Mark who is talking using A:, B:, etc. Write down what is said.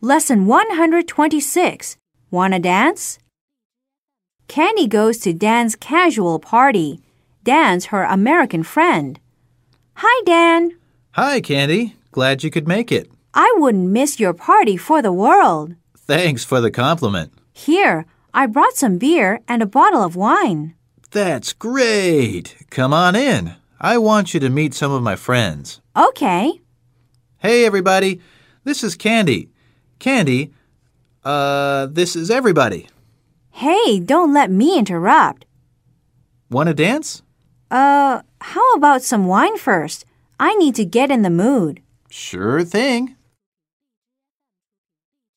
A: Lesson 126. Wanna dance? Candy goes to Dan's casual party. Dan's her American friend. Hi, Dan.
B: Hi, Candy. Glad you could make it.
A: I wouldn't miss your party for the world.
B: Thanks for the compliment.
A: Here, I brought some beer and a bottle of wine.
B: That's great. Come on in. I want you to meet some of my friends.
A: Okay.
B: Hey, everybody. This is Candy. Candy, uh, this is everybody.
A: Hey, don't let me interrupt.
B: Want to dance?
A: Uh, how about some wine first? I need to get in the mood.
B: Sure thing.